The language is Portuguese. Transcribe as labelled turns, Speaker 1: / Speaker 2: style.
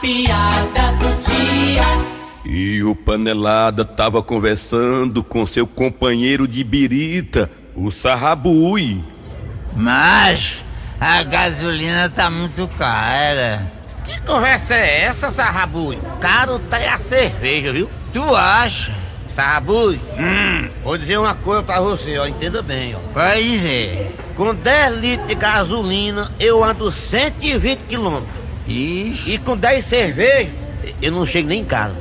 Speaker 1: piada do dia.
Speaker 2: E o Panelada tava conversando com seu companheiro de birita, o Sarrabui.
Speaker 3: Mas a gasolina tá muito cara.
Speaker 4: Que conversa é essa, Sarrabui? Caro tá é a cerveja, viu?
Speaker 3: Tu acha?
Speaker 4: Sarrabui, vou dizer uma coisa pra você, ó, entenda bem, ó.
Speaker 3: Pois é.
Speaker 4: Com 10 litros de gasolina, eu ando 120 quilômetros.
Speaker 3: Ixi.
Speaker 4: E com 10 cervejas, eu não chego nem em casa.